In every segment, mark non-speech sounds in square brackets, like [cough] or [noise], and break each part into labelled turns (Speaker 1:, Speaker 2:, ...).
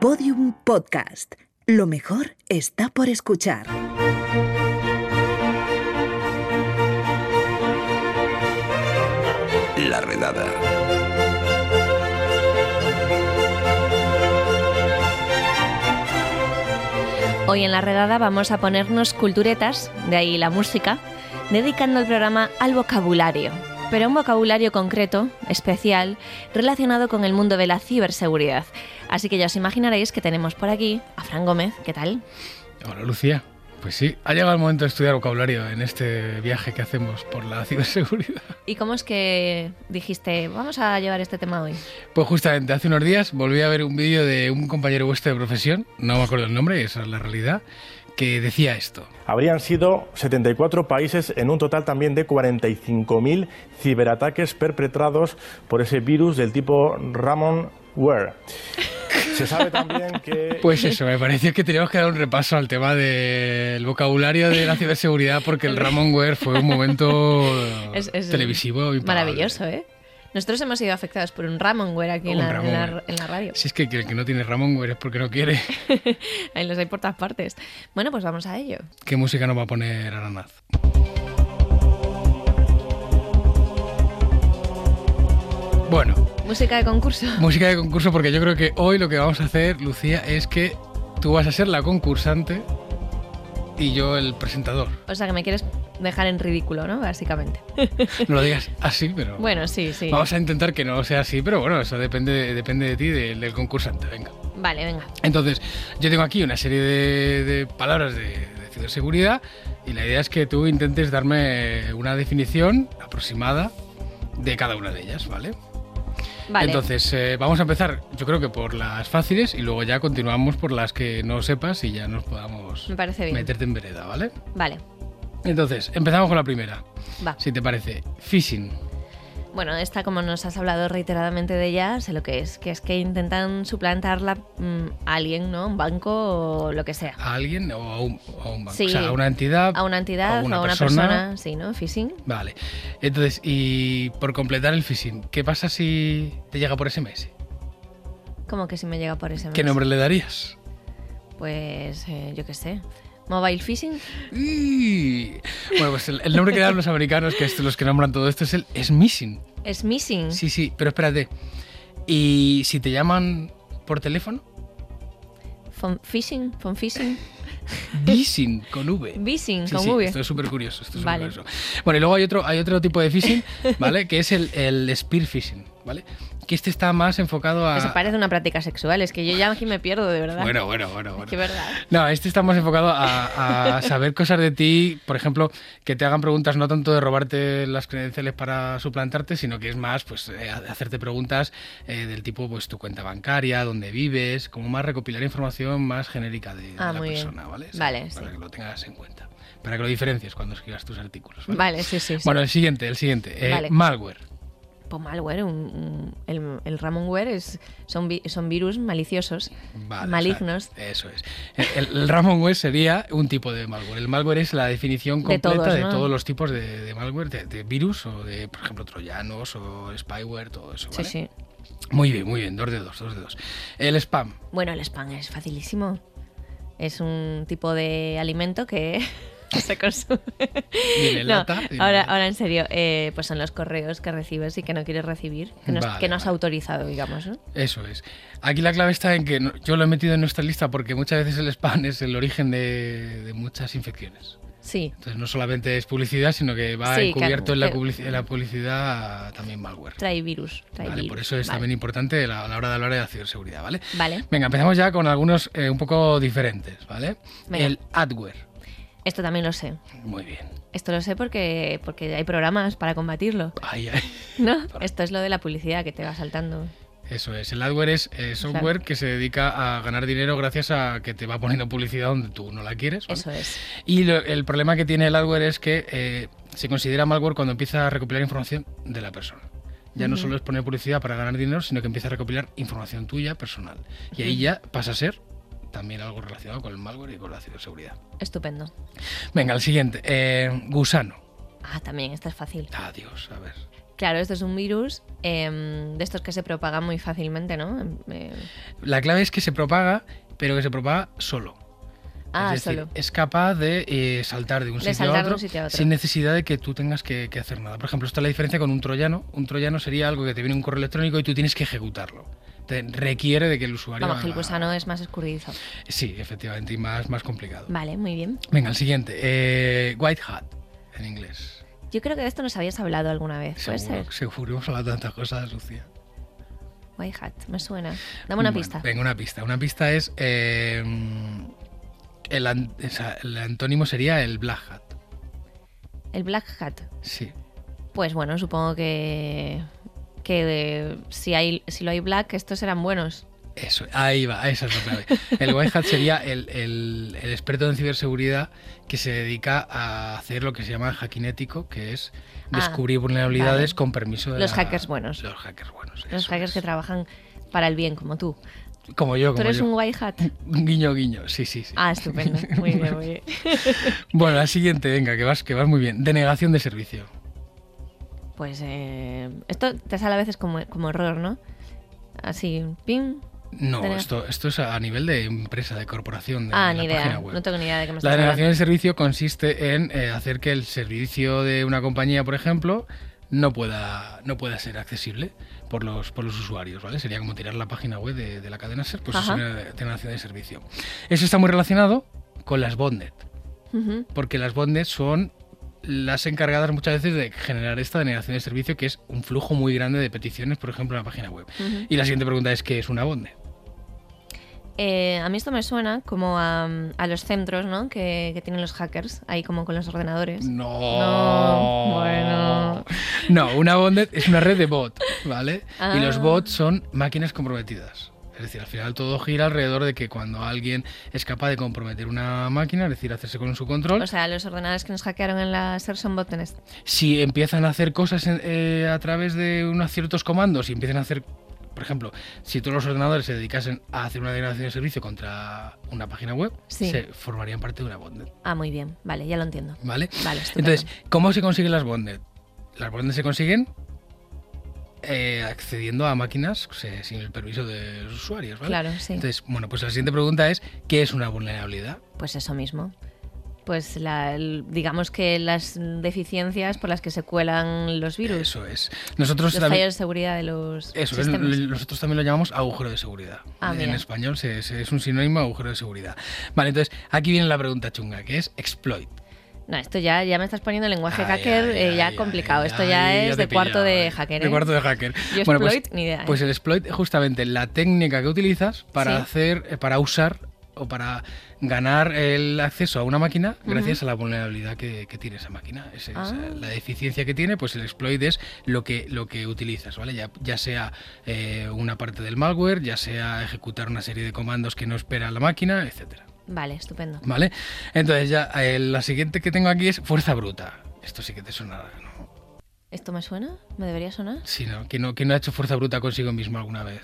Speaker 1: Podium Podcast. Lo mejor está por escuchar.
Speaker 2: La redada.
Speaker 3: Hoy en la redada vamos a ponernos culturetas, de ahí la música, dedicando el programa al vocabulario, pero un vocabulario concreto, especial, relacionado con el mundo de la ciberseguridad. Así que ya os imaginaréis que tenemos por aquí a Fran Gómez, ¿qué tal?
Speaker 4: Hola Lucía, pues sí, ha llegado el momento de estudiar vocabulario en este viaje que hacemos por la [laughs] ciberseguridad.
Speaker 3: ¿Y cómo es que dijiste, vamos a llevar este tema hoy?
Speaker 4: Pues justamente hace unos días volví a ver un vídeo de un compañero vuestro de profesión, no me acuerdo el nombre, esa es la realidad, que decía esto.
Speaker 5: Habrían sido 74 países en un total también de 45.000 ciberataques perpetrados por ese virus del tipo Ramonware. Se sabe también que...
Speaker 4: Pues eso, me pareció que teníamos que dar un repaso al tema del vocabulario de la ciberseguridad porque el Ramonware fue un momento
Speaker 3: [laughs] Es- es
Speaker 4: Ah, televisivo impagable.
Speaker 3: Maravilloso, ¿eh? Nosotros hemos sido afectados por un Ramonware aquí en
Speaker 4: Un
Speaker 3: la, en la-
Speaker 4: Ramonware.
Speaker 3: en la radio.
Speaker 4: Si es que el que no tiene Ramonware es porque no quiere.
Speaker 3: [laughs] Ahí los hay por todas partes. Bueno, pues vamos a ello.
Speaker 4: ¿Qué música nos va a poner Aranaz? Bueno,
Speaker 3: Música de concurso.
Speaker 4: música de concurso porque yo creo que hoy lo que vamos a hacer, Lucía, es que tú vas a ser la concursante y yo el presentador.
Speaker 3: O sea que me quieres dejar en ridículo, ¿no? Básicamente.
Speaker 4: No lo digas así, pero...
Speaker 3: [laughs] Bueno, sí, sí.
Speaker 4: Vamos a intentar que no sea así, pero bueno, eso depende, depende de ti, del, del concursante, venga.
Speaker 3: Vale, venga.
Speaker 4: Entonces, yo tengo aquí una serie de, de palabras de, de ciberseguridad y la idea es que tú intentes darme una definición aproximada de cada una de ellas, ¿vale?
Speaker 3: Vale.
Speaker 4: Entonces, eh, vamos a empezar, yo creo que por las fáciles y luego ya continuamos por las que no sepas y ya nos podamos
Speaker 3: Me parece bien.
Speaker 4: meterte en vereda, ¿vale?
Speaker 3: Vale,
Speaker 4: Entonces, empezamos con la primera,
Speaker 3: va.
Speaker 4: si te parece. Phishing.
Speaker 3: Bueno, esta, como nos has hablado reiteradamente de ella, sé lo que es, que es que intentan suplantarla mm, a alguien, ¿no? Un banco o lo que sea.
Speaker 4: ¿A alguien o a un, o a un banco?
Speaker 3: Sí.
Speaker 4: O sea, a una entidad.
Speaker 3: A una entidad, o a una persona, sí, ¿no? Phishing.
Speaker 4: Vale. Entonces, y por completar el phishing, ¿qué pasa si te llega por SMS?
Speaker 3: Como que si me llega por ese
Speaker 4: ¿Qué nombre le darías?
Speaker 3: Pues eh, yo qué sé. Mobile phishing.
Speaker 4: Y- [laughs] Bueno, pues el, el nombre que dan los americanos, que es los que nombran todo esto, es el smishing.
Speaker 3: Es missing.
Speaker 4: Sí, sí, pero espérate. ¿Y si te llaman por
Speaker 3: [laughs]
Speaker 4: teléfono?
Speaker 3: Phone phishing. Phone phishing.
Speaker 4: Phishing, con V.
Speaker 3: Phishing,
Speaker 4: Sí,
Speaker 3: con
Speaker 4: sí,
Speaker 3: V.
Speaker 4: esto es súper curioso. esto es
Speaker 3: Vale.
Speaker 4: supercurioso. Bueno, y luego hay otro, hay otro tipo de phishing, ¿vale? Que es el, el spear phishing, ¿vale? Que este está más enfocado a...
Speaker 3: Eso parece una práctica sexual. Es que yo ya aquí me pierdo, de verdad.
Speaker 4: Bueno, bueno, bueno.
Speaker 3: Es
Speaker 4: bueno.
Speaker 3: que verdad.
Speaker 4: No, este está más enfocado
Speaker 3: [laughs]
Speaker 4: a, a saber cosas de ti, por ejemplo, que te hagan preguntas no tanto de robarte las credenciales para suplantarte, sino que es más, pues, eh, hacerte preguntas eh, del tipo, pues, tu cuenta bancaria, dónde vives, como más recopilar información más genérica de, de
Speaker 3: Ah,
Speaker 4: la
Speaker 3: muy bien.
Speaker 4: persona, ¿vale?
Speaker 3: Vale,
Speaker 4: Para
Speaker 3: sí.
Speaker 4: que lo tengas en cuenta, para que lo diferencies cuando escribas tus artículos. Vale,
Speaker 3: Vale, sí, sí. sí.
Speaker 4: Bueno, el siguiente, el siguiente, eh,
Speaker 3: Vale.
Speaker 4: malware.
Speaker 3: Pues malware, un, un- el, el ramonware es, son, vi- son virus maliciosos,
Speaker 4: Vale, o sea,
Speaker 3: malignos.
Speaker 4: eso es. El, el ransomware sería un tipo de malware. El malware es la definición
Speaker 3: De
Speaker 4: completa de todos,
Speaker 3: todos, ¿no?
Speaker 4: los tipos de, de malware, de, de virus o de, por ejemplo, troyanos o spyware, todo eso. ¿vale?
Speaker 3: Sí, sí.
Speaker 4: Muy bien, muy bien. Dos de dos, dos de dos. El spam.
Speaker 3: Bueno, el spam es facilísimo. Es un tipo de alimento que [laughs] se consume.
Speaker 4: Viene en
Speaker 3: No,
Speaker 4: lata, viene en
Speaker 3: ahora,
Speaker 4: lata.
Speaker 3: ahora en serio, eh, pues son los correos que recibes y que no quieres recibir, que no, has-
Speaker 4: Vale,
Speaker 3: que no has
Speaker 4: vale.
Speaker 3: autorizado, digamos. ¿no?
Speaker 4: Eso es. Aquí la clave está en que no- yo lo he metido en nuestra lista porque muchas veces el spam [laughs] es el origen de, de muchas infecciones.
Speaker 3: Sí.
Speaker 4: Entonces no solamente es publicidad, sino que va
Speaker 3: Sí, Eh, que-
Speaker 4: encubierto en, la
Speaker 3: que-
Speaker 4: publici- en la publicidad también malware.
Speaker 3: Trae virus. Trae
Speaker 4: Vale,
Speaker 3: virus.
Speaker 4: por eso es
Speaker 3: Vale.
Speaker 4: también importante la- a la hora de hablar de la ciberseguridad, ¿vale?
Speaker 3: Vale.
Speaker 4: Venga, empezamos ya con algunos eh, un poco diferentes, ¿vale?
Speaker 3: Venga.
Speaker 4: El adware.
Speaker 3: Esto también lo sé.
Speaker 4: Muy bien.
Speaker 3: Esto lo sé porque, porque hay programas para combatirlo.
Speaker 4: Ay, ay.
Speaker 3: ¿No? Esto es lo de la publicidad que te va saltando.
Speaker 4: Eso es. El adware es eh, software
Speaker 3: Claro.
Speaker 4: que se dedica a ganar dinero gracias a que te va poniendo publicidad donde tú no la quieres. ¿vale?
Speaker 3: Eso es.
Speaker 4: Y lo- el problema que tiene el adware es que eh, se considera malware cuando empieza a recopilar información de la persona. Ya no solo es poner publicidad para ganar dinero, sino que empieza a recopilar información tuya personal. Y ahí ya pasa a ser también algo relacionado con el malware y con la ciberseguridad.
Speaker 3: Estupendo.
Speaker 4: Venga, el siguiente. eh, gusano.
Speaker 3: Ah, también, esta es fácil.
Speaker 4: Adiós, a ver.
Speaker 3: Claro, esto es un virus eh, de estos que se propagan muy fácilmente, ¿no? Eh,
Speaker 4: La clave es que se propaga, pero que se propaga solo.
Speaker 3: ah,
Speaker 4: es decir,
Speaker 3: solo.
Speaker 4: es capaz de eh, saltar de un,
Speaker 3: De
Speaker 4: sitio,
Speaker 3: saltar
Speaker 4: a
Speaker 3: de
Speaker 4: otro
Speaker 3: un sitio a otro.
Speaker 4: sin necesidad de que tú tengas que, que hacer nada. Por ejemplo, está la diferencia con un troyano. Un troyano sería algo que te viene un correo electrónico y tú tienes que ejecutarlo. Te requiere de que el usuario.
Speaker 3: Vamos, que el
Speaker 4: haga-
Speaker 3: gusano es más escurridizo.
Speaker 4: Sí, efectivamente, y más, más complicado.
Speaker 3: Vale, muy bien.
Speaker 4: Venga, el siguiente. eh, White Hat, en inglés.
Speaker 3: Yo creo que de esto nos habías hablado alguna vez, ¿puede
Speaker 4: Seguro,
Speaker 3: ser?
Speaker 4: seguro hemos hablado de tantas cosas, Lucía.
Speaker 3: White Hat, me suena. Dame una
Speaker 4: Bueno, eh.
Speaker 3: pista.
Speaker 4: Venga, una pista. Una pista es. eh, el, an- o sea, el antónimo sería el Black Hat.
Speaker 3: El Black Hat.
Speaker 4: Sí.
Speaker 3: Pues bueno, supongo que que eh, si hay si lo hay black, estos eran buenos.
Speaker 4: Eso, ahí va, esa es la clave. El White Hat sería el, el- el experto en ciberseguridad que se dedica a hacer lo que se llama hacking ético, que es
Speaker 3: Ah,
Speaker 4: descubrir vulnerabilidades
Speaker 3: vale.
Speaker 4: con permiso de
Speaker 3: Los
Speaker 4: la-
Speaker 3: hackers buenos.
Speaker 4: Los hackers buenos.
Speaker 3: Los
Speaker 4: eso
Speaker 3: hackers que
Speaker 4: es.
Speaker 3: trabajan para el bien, como tú.
Speaker 4: Como yo,
Speaker 3: Tú
Speaker 4: como
Speaker 3: eres
Speaker 4: yo.
Speaker 3: un white hat.
Speaker 4: Guiño, guiño, sí, sí, sí.
Speaker 3: Ah, estupendo. Muy bien, muy
Speaker 4: [laughs]
Speaker 3: bien.
Speaker 4: Bueno, la siguiente, venga, que vas, que vas muy bien. Denegación de servicio.
Speaker 3: Pues eh, esto te sale a veces como, como error, ¿no? Así, ping.
Speaker 4: No,
Speaker 3: Dene-
Speaker 4: esto, esto es a nivel de empresa, de corporación, de
Speaker 3: Ah,
Speaker 4: la
Speaker 3: ni
Speaker 4: página
Speaker 3: idea.
Speaker 4: web.
Speaker 3: No tengo ni idea de qué me
Speaker 4: La
Speaker 3: estás
Speaker 4: denegación
Speaker 3: hablando.
Speaker 4: de servicio consiste en eh, hacer que el servicio de una compañía, por ejemplo, no pueda, no pueda ser accesible por los, por los usuarios, ¿vale? Sería como tirar la página web de, de la cadena SER, pues
Speaker 3: Ajá.
Speaker 4: es una denegación de servicio. Eso está muy relacionado con las botnet,
Speaker 3: Ujú.
Speaker 4: porque las botnets son las encargadas muchas veces de generar esta denegación de servicio, que es un flujo muy grande de peticiones, por ejemplo, en la página web.
Speaker 3: Ujú.
Speaker 4: Y la siguiente pregunta es, ¿qué es una botnet?
Speaker 3: Eh, a mí esto me suena como a, a los centros, ¿no? Que, que tienen los hackers ahí como con los ordenadores.
Speaker 4: No.
Speaker 3: No, bueno.
Speaker 4: No, una botnet es una red de bot, ¿vale? Y los
Speaker 3: Ah.
Speaker 4: bots son máquinas comprometidas. Es decir, al final todo gira alrededor de que cuando alguien es capaz de comprometer una máquina, es decir, hacerse con su control,
Speaker 3: O sea, los ordenadores que nos hackearon en la Serson Botnest.
Speaker 4: si empiezan a hacer cosas en- eh, a través de unos ciertos comandos y empiezan a hacer, por ejemplo, si todos los ordenadores se dedicasen a hacer una denegación de servicio contra una página web,
Speaker 3: Sí.
Speaker 4: se formarían parte de una botnet,
Speaker 3: Ah, muy bien. Vale, ya lo entiendo.
Speaker 4: ¿vale?
Speaker 3: Vale, estupendo.
Speaker 4: Entonces, ¿cómo se consiguen las bonded? Las bonded se consiguen eh, accediendo a máquinas se- sin el permiso de los usuarios, ¿vale?
Speaker 3: Claro, sí.
Speaker 4: Entonces, bueno, pues la siguiente pregunta es, ¿qué es una vulnerabilidad?
Speaker 3: Pues eso mismo. Pues la- el- digamos que las deficiencias por las que se cuelan los virus.
Speaker 4: Eso es. Nosotros
Speaker 3: los
Speaker 4: también...
Speaker 3: fallos de seguridad de los
Speaker 4: Pues Eso es,
Speaker 3: sistemas.
Speaker 4: lo- nosotros también lo llamamos agujero de seguridad.
Speaker 3: Ah,
Speaker 4: en
Speaker 3: mira.
Speaker 4: español se- se- es un sinónimo agujero de seguridad. Vale, entonces aquí viene la pregunta chunga, que es exploit.
Speaker 3: No, esto ya, ya me estás poniendo el lenguaje
Speaker 4: Ay,
Speaker 3: hacker
Speaker 4: ay,
Speaker 3: eh, ya
Speaker 4: ay,
Speaker 3: complicado.
Speaker 4: ay,
Speaker 3: esto ya
Speaker 4: ay,
Speaker 3: es
Speaker 4: te
Speaker 3: de
Speaker 4: he
Speaker 3: cuarto de
Speaker 4: pillado,
Speaker 3: hacker.
Speaker 4: De
Speaker 3: ¿eh?
Speaker 4: cuarto de hacker.
Speaker 3: Yo exploit,
Speaker 4: pues,
Speaker 3: ni idea, ¿eh?
Speaker 4: Pues el exploit es justamente la técnica que utilizas para
Speaker 3: Sí.
Speaker 4: hacer, eh, para usar o para ganar el acceso a una máquina gracias a la vulnerabilidad que, que tiene esa máquina. Esa es,
Speaker 3: Ah.
Speaker 4: eh, la deficiencia que tiene, pues el exploit es lo que, lo que utilizas, ¿vale? Ya, ya sea eh, una parte del malware, ya sea ejecutar una serie de comandos que no espera la máquina, etcétera.
Speaker 3: Vale, estupendo.
Speaker 4: ¿Vale? Entonces ya eh, la siguiente que tengo aquí es fuerza bruta. Esto sí que te sonará, ¿no?
Speaker 3: ¿Esto me suena? ¿Me debería sonar?
Speaker 4: Sí, no. ¿Quién, no, quién no ha hecho fuerza bruta consigo mismo alguna vez?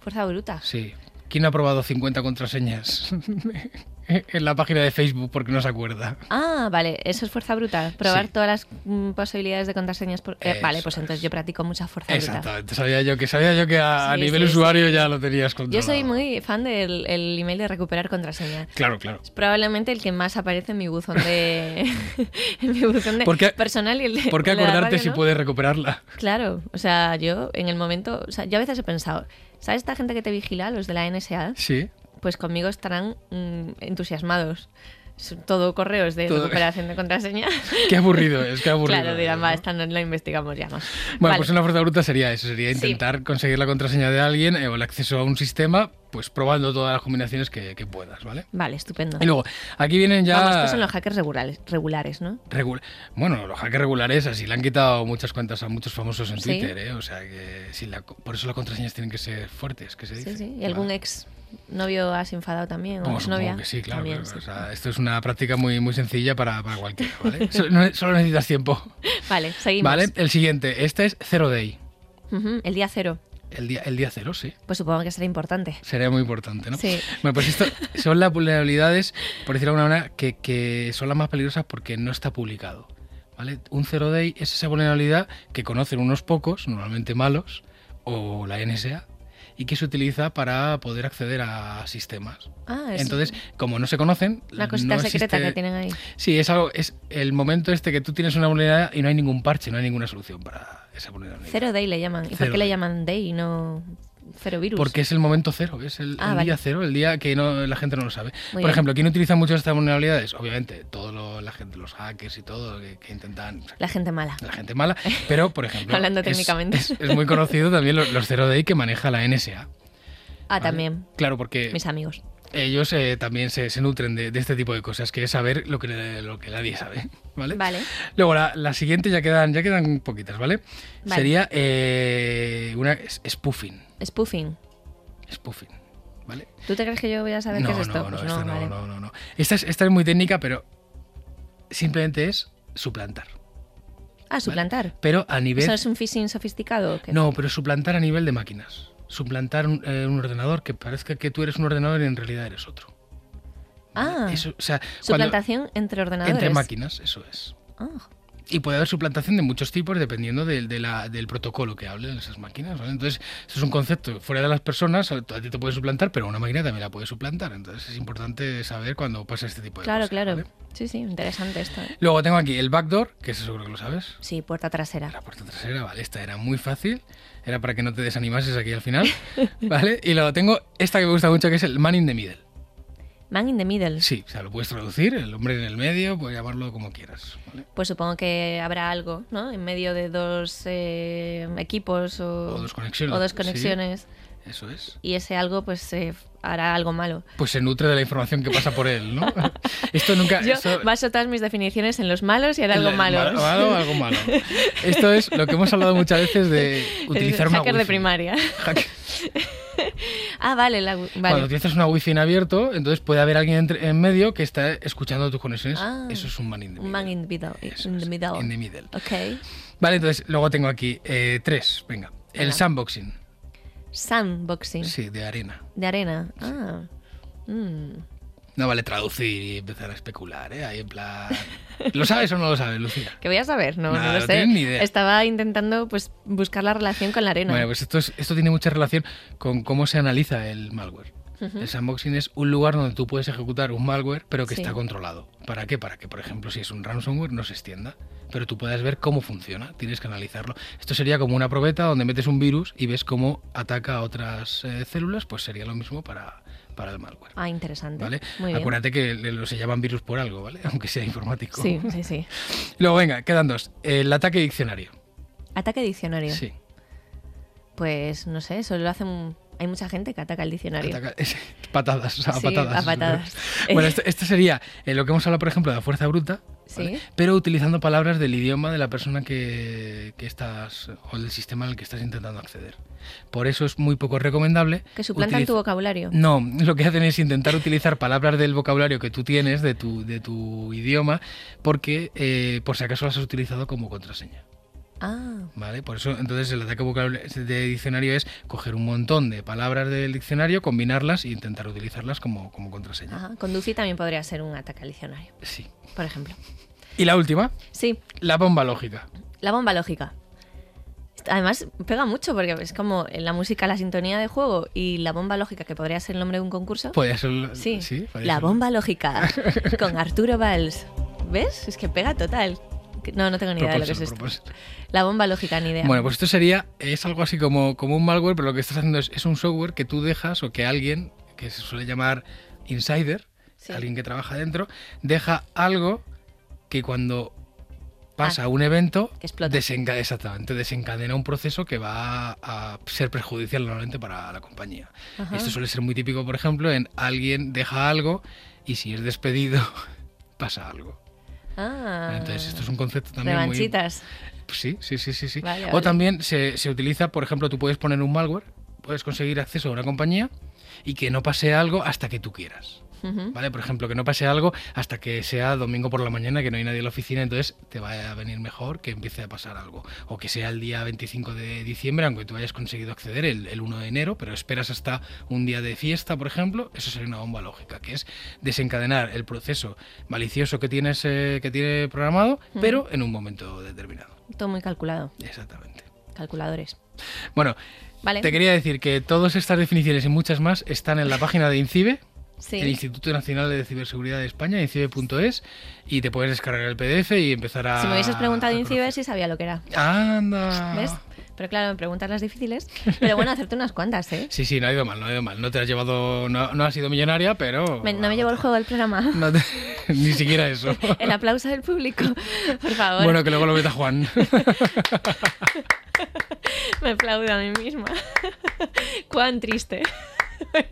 Speaker 3: Fuerza bruta.
Speaker 4: Sí. ¿Quién no ha probado 50 contraseñas [laughs] en la página de Facebook porque no se acuerda?
Speaker 3: Ah, vale, eso es fuerza bruta. Probar
Speaker 4: Sí.
Speaker 3: todas las mm, posibilidades de contraseñas. Por... eh, vale,
Speaker 4: Eso
Speaker 3: pues entonces yo practico mucha fuerza bruta.
Speaker 4: Exactamente. Sabía yo que, sabía yo que a, a
Speaker 3: Sí,
Speaker 4: nivel
Speaker 3: sí,
Speaker 4: usuario ya lo tenías
Speaker 3: Yo
Speaker 4: controlado.
Speaker 3: soy muy fan del el email de recuperar contraseña. [laughs]
Speaker 4: Claro, claro.
Speaker 3: Es probablemente el que más aparece en mi buzón de, [laughs] en mi buzón de
Speaker 4: ¿Por qué-
Speaker 3: personal y el de,
Speaker 4: ¿Por qué
Speaker 3: el de la
Speaker 4: acordarte
Speaker 3: radio,
Speaker 4: si
Speaker 3: ¿no?
Speaker 4: puedes recuperarla? [laughs]
Speaker 3: Claro, o sea, yo en el momento, o sea, yo a veces he pensado, ¿sabes esta gente que te vigila, los de la NSA?
Speaker 4: Sí.
Speaker 3: Pues conmigo estarán mm, entusiasmados. Es Todo correos de
Speaker 4: Todo-
Speaker 3: recuperación de contraseña.
Speaker 4: [laughs] Qué aburrido es, qué aburrido.
Speaker 3: [laughs] claro, dirán,
Speaker 4: es,
Speaker 3: va,
Speaker 4: ¿no?
Speaker 3: esta no la investigamos ya más.
Speaker 4: Bueno,
Speaker 3: Vale.
Speaker 4: pues una fuerza bruta sería eso, sería
Speaker 3: Sí.
Speaker 4: intentar conseguir la contraseña de alguien eh, o el acceso a un sistema, pues probando todas las combinaciones que, que puedas, ¿vale?
Speaker 3: Vale, estupendo.
Speaker 4: Y luego, aquí vienen ya...
Speaker 3: Vamos, estos son los hackers regulares, regulares ¿no?
Speaker 4: Regu- Bueno, los hackers regulares así le han quitado muchas cuentas a muchos famosos en
Speaker 3: Sí.
Speaker 4: Twitter, ¿eh? O sea, que si la co- por eso las contraseñas tienen que ser fuertes, que se dice.
Speaker 3: Sí, sí. ¿Y algún
Speaker 4: Claro.
Speaker 3: ex novio has enfadado también? ¿O
Speaker 4: Bueno,
Speaker 3: ex
Speaker 4: supongo
Speaker 3: novia?
Speaker 4: que sí, claro.
Speaker 3: También,
Speaker 4: claro.
Speaker 3: sí.
Speaker 4: O sea, esto es una práctica muy, muy sencilla para, para cualquiera,
Speaker 3: [laughs]
Speaker 4: ¿vale? solo, no- solo necesitas tiempo.
Speaker 3: Vale, seguimos.
Speaker 4: ¿Vale? El siguiente, este es Zero Day.
Speaker 3: Ujú, El día cero.
Speaker 4: El día, el día cero, sí.
Speaker 3: Pues supongo que será importante.
Speaker 4: Sería muy importante, ¿no?
Speaker 3: Sí.
Speaker 4: Bueno, pues esto son las vulnerabilidades, por decirlo de alguna manera, que, que son las más peligrosas porque no está publicado. ¿vale? Un zero day es esa vulnerabilidad que conocen unos pocos, normalmente malos, o la NSA, y que se utiliza para poder acceder a sistemas.
Speaker 3: Ah, es
Speaker 4: Entonces, como no se conocen,
Speaker 3: una cosita
Speaker 4: no
Speaker 3: secreta
Speaker 4: existe-
Speaker 3: que tienen ahí.
Speaker 4: Sí, es algo, es el momento este que tú tienes una vulnerabilidad y no hay ningún parche, no hay ninguna solución para esa vulnerabilidad.
Speaker 3: Zero Day le llaman. ¿Y por
Speaker 4: Zero
Speaker 3: qué le
Speaker 4: Day.
Speaker 3: llaman Day y no Cero Virus?
Speaker 4: Porque es el momento cero, es el,
Speaker 3: Ah,
Speaker 4: el
Speaker 3: vale.
Speaker 4: día cero, el día que no, la gente no lo sabe. Por
Speaker 3: bien.
Speaker 4: ejemplo, ¿quién utiliza mucho estas vulnerabilidades? Obviamente, todo lo- la gente, los hackers y todo, que, que intentan o sea,
Speaker 3: La gente mala.
Speaker 4: la
Speaker 3: [laughs]
Speaker 4: gente mala, pero por ejemplo...
Speaker 3: Hablando
Speaker 4: es-
Speaker 3: técnicamente.
Speaker 4: Es, es muy conocido también los, los Zero Day que maneja la
Speaker 3: Ah,
Speaker 4: NSA. ¿vale?
Speaker 3: también.
Speaker 4: Claro, porque
Speaker 3: Mis amigos.
Speaker 4: ellos eh, también se, se nutren de, de este tipo de cosas, que es saber lo que, lo que nadie sabe, ¿vale?
Speaker 3: Vale.
Speaker 4: Luego, la, la siguiente ya quedan, ya quedan poquitas, ¿vale?
Speaker 3: Vale.
Speaker 4: Sería eh, una es- spoofing.
Speaker 3: Spoofing.
Speaker 4: Spoofing. ¿Vale?
Speaker 3: ¿Tú te crees que yo voy a saber
Speaker 4: no,
Speaker 3: qué es esto?
Speaker 4: no, no,
Speaker 3: Pues
Speaker 4: esta no,
Speaker 3: vale.
Speaker 4: no, no, no. Esta es, esta es muy técnica, pero simplemente es suplantar.
Speaker 3: Ah, suplantar.
Speaker 4: Pero a nivel.
Speaker 3: ¿Eso es un phishing sofisticado? o qué?
Speaker 4: No, pero suplantar a nivel de máquinas. Suplantar un, eh, un ordenador que parezca que tú eres un ordenador y en realidad eres otro.
Speaker 3: Ah,
Speaker 4: Eso, o sea, cuando-
Speaker 3: suplantación entre ordenadores.
Speaker 4: entre máquinas, eso es.
Speaker 3: Ah,
Speaker 4: Y puede haber suplantación de muchos tipos dependiendo del, de la- del protocolo que hablen esas máquinas. ¿vale? Entonces, eso es un concepto. Fuera de las personas, a a ti te puede suplantar, pero una máquina también la puede suplantar. Entonces, es importante saber cuando pasa este tipo de
Speaker 3: claro,
Speaker 4: cosas.
Speaker 3: claro.
Speaker 4: ¿vale?
Speaker 3: Sí, sí, interesante esto. ¿eh?
Speaker 4: Luego tengo aquí el backdoor, que es eso creo que lo sabes.
Speaker 3: Sí, puerta
Speaker 4: La
Speaker 3: trasera.
Speaker 4: puerta trasera, ¿vale? Esta era muy fácil. Era para que no te desanimases aquí al
Speaker 3: [laughs]
Speaker 4: final, ¿vale? Y luego tengo esta que me gusta mucho, que es el man in the middle.
Speaker 3: Man in the middle.
Speaker 4: Sí, o sea, lo puedes traducir, el hombre en el medio, puedes llamarlo como quieras, ¿vale?
Speaker 3: Pues supongo que habrá algo, ¿no? En medio de dos eh, equipos o,
Speaker 4: O dos conexiones,
Speaker 3: o dos
Speaker 4: sí.
Speaker 3: conexiones.
Speaker 4: Eso es.
Speaker 3: Y ese algo, pues, eh, hará algo malo.
Speaker 4: Pues se nutre de la información que pasa por
Speaker 3: [laughs]
Speaker 4: él, ¿no? Esto nunca...
Speaker 3: Yo
Speaker 4: eso-
Speaker 3: baso todas mis definiciones en los malos y hará algo
Speaker 4: el-
Speaker 3: malo. ¿eh?
Speaker 4: mal- malo,
Speaker 3: [laughs]
Speaker 4: algo malo. Esto es lo que hemos hablado muchas veces de utilizar
Speaker 3: El
Speaker 4: una
Speaker 3: hacker de
Speaker 4: wifi.
Speaker 3: primaria. [laughs]
Speaker 4: Hack-
Speaker 3: Ah, vale, la- vale.
Speaker 4: Cuando utilizas una wifi en abierto, entonces puede haber alguien entre- en medio que está escuchando tus conexiones.
Speaker 3: Ah,
Speaker 4: Eso es un man in the
Speaker 3: Un
Speaker 4: middle.
Speaker 3: man in the middle.
Speaker 4: Eso
Speaker 3: in the
Speaker 4: es,
Speaker 3: middle.
Speaker 4: in the middle.
Speaker 3: Ok.
Speaker 4: Vale, entonces luego tengo aquí eh, tres. Venga. El
Speaker 3: Venga.
Speaker 4: sandboxing.
Speaker 3: Sandboxing.
Speaker 4: Sí, de arena.
Speaker 3: De arena. Ah. Mm.
Speaker 4: No vale traducir y empezar a especular, ¿eh? Ahí en plan... ¿Lo sabes o no lo
Speaker 3: [laughs]
Speaker 4: sabes, Lucía?
Speaker 3: Que voy a saber, no,
Speaker 4: Nada,
Speaker 3: no lo
Speaker 4: no
Speaker 3: sé.
Speaker 4: tienes ni idea.
Speaker 3: Estaba intentando pues buscar la relación con la arena.
Speaker 4: Bueno, pues esto, es- esto tiene mucha relación con cómo se analiza el malware. El sandboxing es un lugar donde tú puedes ejecutar un malware, pero que
Speaker 3: Sí.
Speaker 4: está controlado. ¿Para qué? Para que, por ejemplo, si es un ransomware, no se extienda. Pero tú puedas ver cómo funciona, tienes que analizarlo. Esto sería como una probeta donde metes un virus y ves cómo ataca a otras eh, células, pues sería lo mismo para, para el malware.
Speaker 3: Ah, interesante.
Speaker 4: ¿Vale?
Speaker 3: Muy bien.
Speaker 4: Acuérdate que le- lo se llaman virus por algo, ¿vale? [laughs] Aunque sea informático.
Speaker 3: Sí, sí, sí.
Speaker 4: Luego, venga, quedan dos. El ataque diccionario.
Speaker 3: Ataque diccionario.
Speaker 4: Sí.
Speaker 3: Pues no sé, solo lo hacen. Hay mucha gente que ataca el diccionario.
Speaker 4: Ataca- [laughs] patadas, a
Speaker 3: Sí, a
Speaker 4: patadas.
Speaker 3: patadas.
Speaker 4: [laughs] Bueno, esto, esto sería eh, lo que hemos hablado, por ejemplo, de la fuerza bruta, ¿vale?
Speaker 3: Sí.
Speaker 4: pero utilizando palabras del idioma de la persona que, que estás o del sistema al que estás intentando acceder. Por eso es muy poco recomendable.
Speaker 3: Que suplantan
Speaker 4: utiliz-
Speaker 3: tu vocabulario.
Speaker 4: No, lo que hacen es intentar utilizar palabras del vocabulario que tú tienes, de tu, de tu idioma, porque eh, por si acaso las has utilizado como contraseña.
Speaker 3: Ah,
Speaker 4: ¿Vale? Por eso, entonces el ataque vocabulario de diccionario es coger un montón de palabras del diccionario, combinarlas e intentar utilizarlas como, como contraseña.
Speaker 3: ajá. Conducir también podría ser un ataque al diccionario,
Speaker 4: Sí.
Speaker 3: por ejemplo.
Speaker 4: Y la última,
Speaker 3: Sí,
Speaker 4: la bomba lógica.
Speaker 3: La bomba lógica. Además, pega mucho porque es como en la música, la sintonía de juego y la bomba lógica, que podría ser el nombre de un concurso.
Speaker 4: Podría ser.
Speaker 3: sí,
Speaker 4: podría
Speaker 3: la
Speaker 4: ser.
Speaker 3: bomba
Speaker 4: [laughs]
Speaker 3: lógica con Arturo Valls. ¿Ves? Es que pega total. Que- No, no tengo ni idea de lo que es este.
Speaker 4: Propósito,
Speaker 3: esto.
Speaker 4: propósito.
Speaker 3: La bomba lógica, ni idea.
Speaker 4: Bueno, pues esto sería, es algo así como, como un malware, pero lo que estás haciendo es, es un software que tú dejas o que alguien, que se suele llamar insider,
Speaker 3: Sí.
Speaker 4: alguien que trabaja dentro, deja algo que cuando pasa un evento
Speaker 3: que Ah. explota.
Speaker 4: desenca- exactamente, desencadena un proceso que va a ser perjudicial normalmente para la compañía.
Speaker 3: Ajá.
Speaker 4: Esto suele ser muy típico, por ejemplo, en alguien deja algo y si es despedido [laughs] pasa algo.
Speaker 3: Ah,
Speaker 4: Entonces, esto es un concepto también muy,
Speaker 3: revanchitas.
Speaker 4: Sí, sí, sí, sí. sí.
Speaker 3: Vale,
Speaker 4: o
Speaker 3: vale.
Speaker 4: también se, se utiliza, por ejemplo, tú puedes poner un malware, puedes conseguir acceso a una compañía y que no pase algo hasta que tú quieras.
Speaker 3: Ujú.
Speaker 4: ¿vale? Por ejemplo, que no pase algo hasta que sea domingo por la mañana, que no hay nadie en la oficina, entonces te va a venir mejor que empiece a pasar algo. O que sea el día 25 de diciembre, aunque tú hayas conseguido acceder el, el 1 de enero, pero esperas hasta un día de fiesta, por ejemplo, eso sería una bomba lógica, que es desencadenar el proceso malicioso que tienes eh, que tiene programado, pero en un momento determinado.
Speaker 3: Todo muy calculado.
Speaker 4: Exactamente.
Speaker 3: Calculadores.
Speaker 4: Bueno,
Speaker 3: Vale.
Speaker 4: te quería decir que todas estas definiciones y muchas más están en la página de INCIBE,
Speaker 3: Sí.
Speaker 4: el Instituto Nacional de Ciberseguridad de España, incibe.es, y te puedes descargar el PDF y empezar a...
Speaker 3: Si me hubieses preguntado
Speaker 4: a
Speaker 3: INCIBE, sí sabía lo que era.
Speaker 4: conocer. ¡Anda!
Speaker 3: ¿Ves? Pero claro, me preguntas las difíciles. Pero bueno, hacerte unas cuantas,
Speaker 4: [laughs]
Speaker 3: ¿eh?
Speaker 4: Sí, sí, no ha ido mal, no ha ido mal. No te has llevado... No, no has sido millonaria, pero...
Speaker 3: Me- no me llevo el juego del programa.
Speaker 4: No te- [laughs] Ni siquiera eso.
Speaker 3: [laughs] El aplauso del público, [laughs] por favor.
Speaker 4: Bueno, que luego lo vete
Speaker 3: [laughs]
Speaker 4: a Juan.
Speaker 3: Me aplaudo a mí misma. [laughs] Cuán triste. [laughs]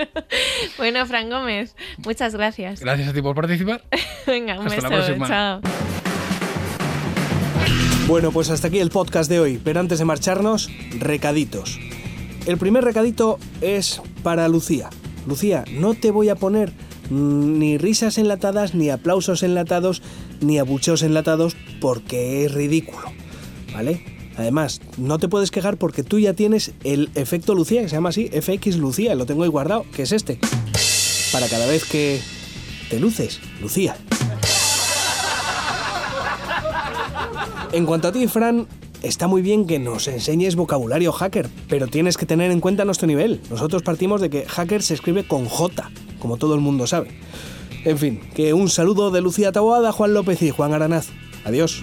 Speaker 3: Bueno, Fran Gómez, muchas gracias.
Speaker 4: Gracias a ti por participar.
Speaker 3: Venga, un
Speaker 4: Hasta la
Speaker 3: beso.
Speaker 4: próxima.
Speaker 3: Chao.
Speaker 2: Bueno, pues hasta aquí el podcast de hoy, pero antes de marcharnos, recaditos. El primer recadito es para Lucía. Lucía, no te voy a poner mm, ni risas enlatadas, ni aplausos enlatados, ni abucheos enlatados, porque es ridículo. ¿Vale? Además, no te puedes quejar porque tú ya tienes el efecto Lucía, que se llama así, FX Lucía, lo tengo ahí guardado, que es este. Para cada vez que te luces, Lucía. En cuanto a ti, Fran, está muy bien que nos enseñes vocabulario hacker, pero tienes que tener en cuenta nuestro nivel. Nosotros partimos de que hacker se escribe con J, como todo el mundo sabe. En fin, que un saludo de Lucía Taboada, Juan López y Juan Aranaz. Adiós.